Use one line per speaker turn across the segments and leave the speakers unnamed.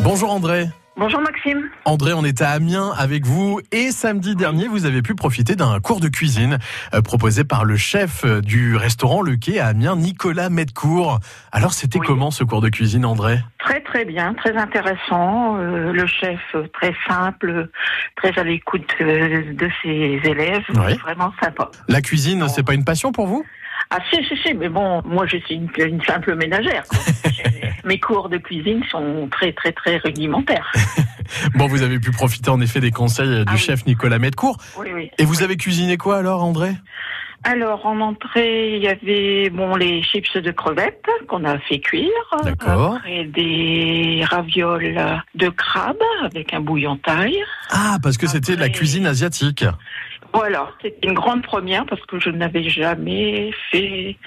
Bonjour André.
Bonjour Maxime.
André, on est à Amiens avec vous et samedi dernier, vous avez pu profiter d'un cours de cuisine euh, proposé par le chef euh, du restaurant Le Quai à Amiens, Nicolas Medcourt. Alors, c'était
Oui.
comment ce cours de cuisine, André
Très très bien, très intéressant. Euh, le chef euh, très simple, très à l'écoute euh, de ses élèves.
Oui.
Vraiment sympa.
La cuisine, c'est pas une passion pour vous
Ah si si si, mais bon, moi je suis une, une simple ménagère. quoi. J'ai- Mes cours de cuisine sont très très très rudimentaires.
Bon, vous avez pu profiter en effet des conseils euh, du
Ah oui.
chef Nicolas Medcourt.
Oui oui.
Et vous avez cuisiné quoi alors, André
Alors en entrée, il y avait bon les chips de crevettes qu'on a fait cuire.
D'accord.
Après des ravioles de crabe avec un bouillon taille.
Ah, parce que c'était de la
Après-
cuisine asiatique.
Voilà, c'était une grande première parce que je n'avais jamais fait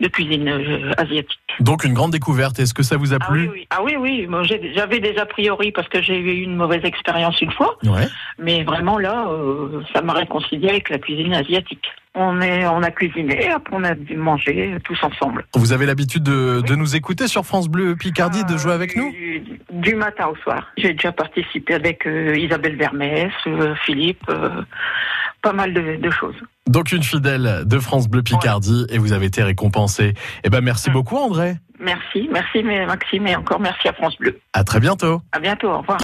de cuisine euh, asiatique.
Donc une grande découverte. Est-ce que ça vous a
Ah oui,
plu
oui, ah oui, oui. moi, j'ai- j'avais des a priori parce que j'ai eu une mauvaise expérience une fois,
Ouais.
mais vraiment là, euh, ça m'a réconcilié avec la cuisine asiatique. On est, on a cuisiné, après on a dû manger tous ensemble.
Vous avez l'habitude de, de nous écouter sur France Bleu Picardie, de jouer avec
Euh,
nous
du, du matin au soir. J'ai déjà participé avec euh, Isabelle Vermès, euh, Philippe, euh, pas mal de- de choses.
Donc une fidèle de France Bleu Picardie et vous avez été récompensé. Eh ben merci
Mm.
beaucoup André.
Merci, merci mais Maxime et encore merci à France Bleu.
À très bientôt.
À bientôt, au revoir.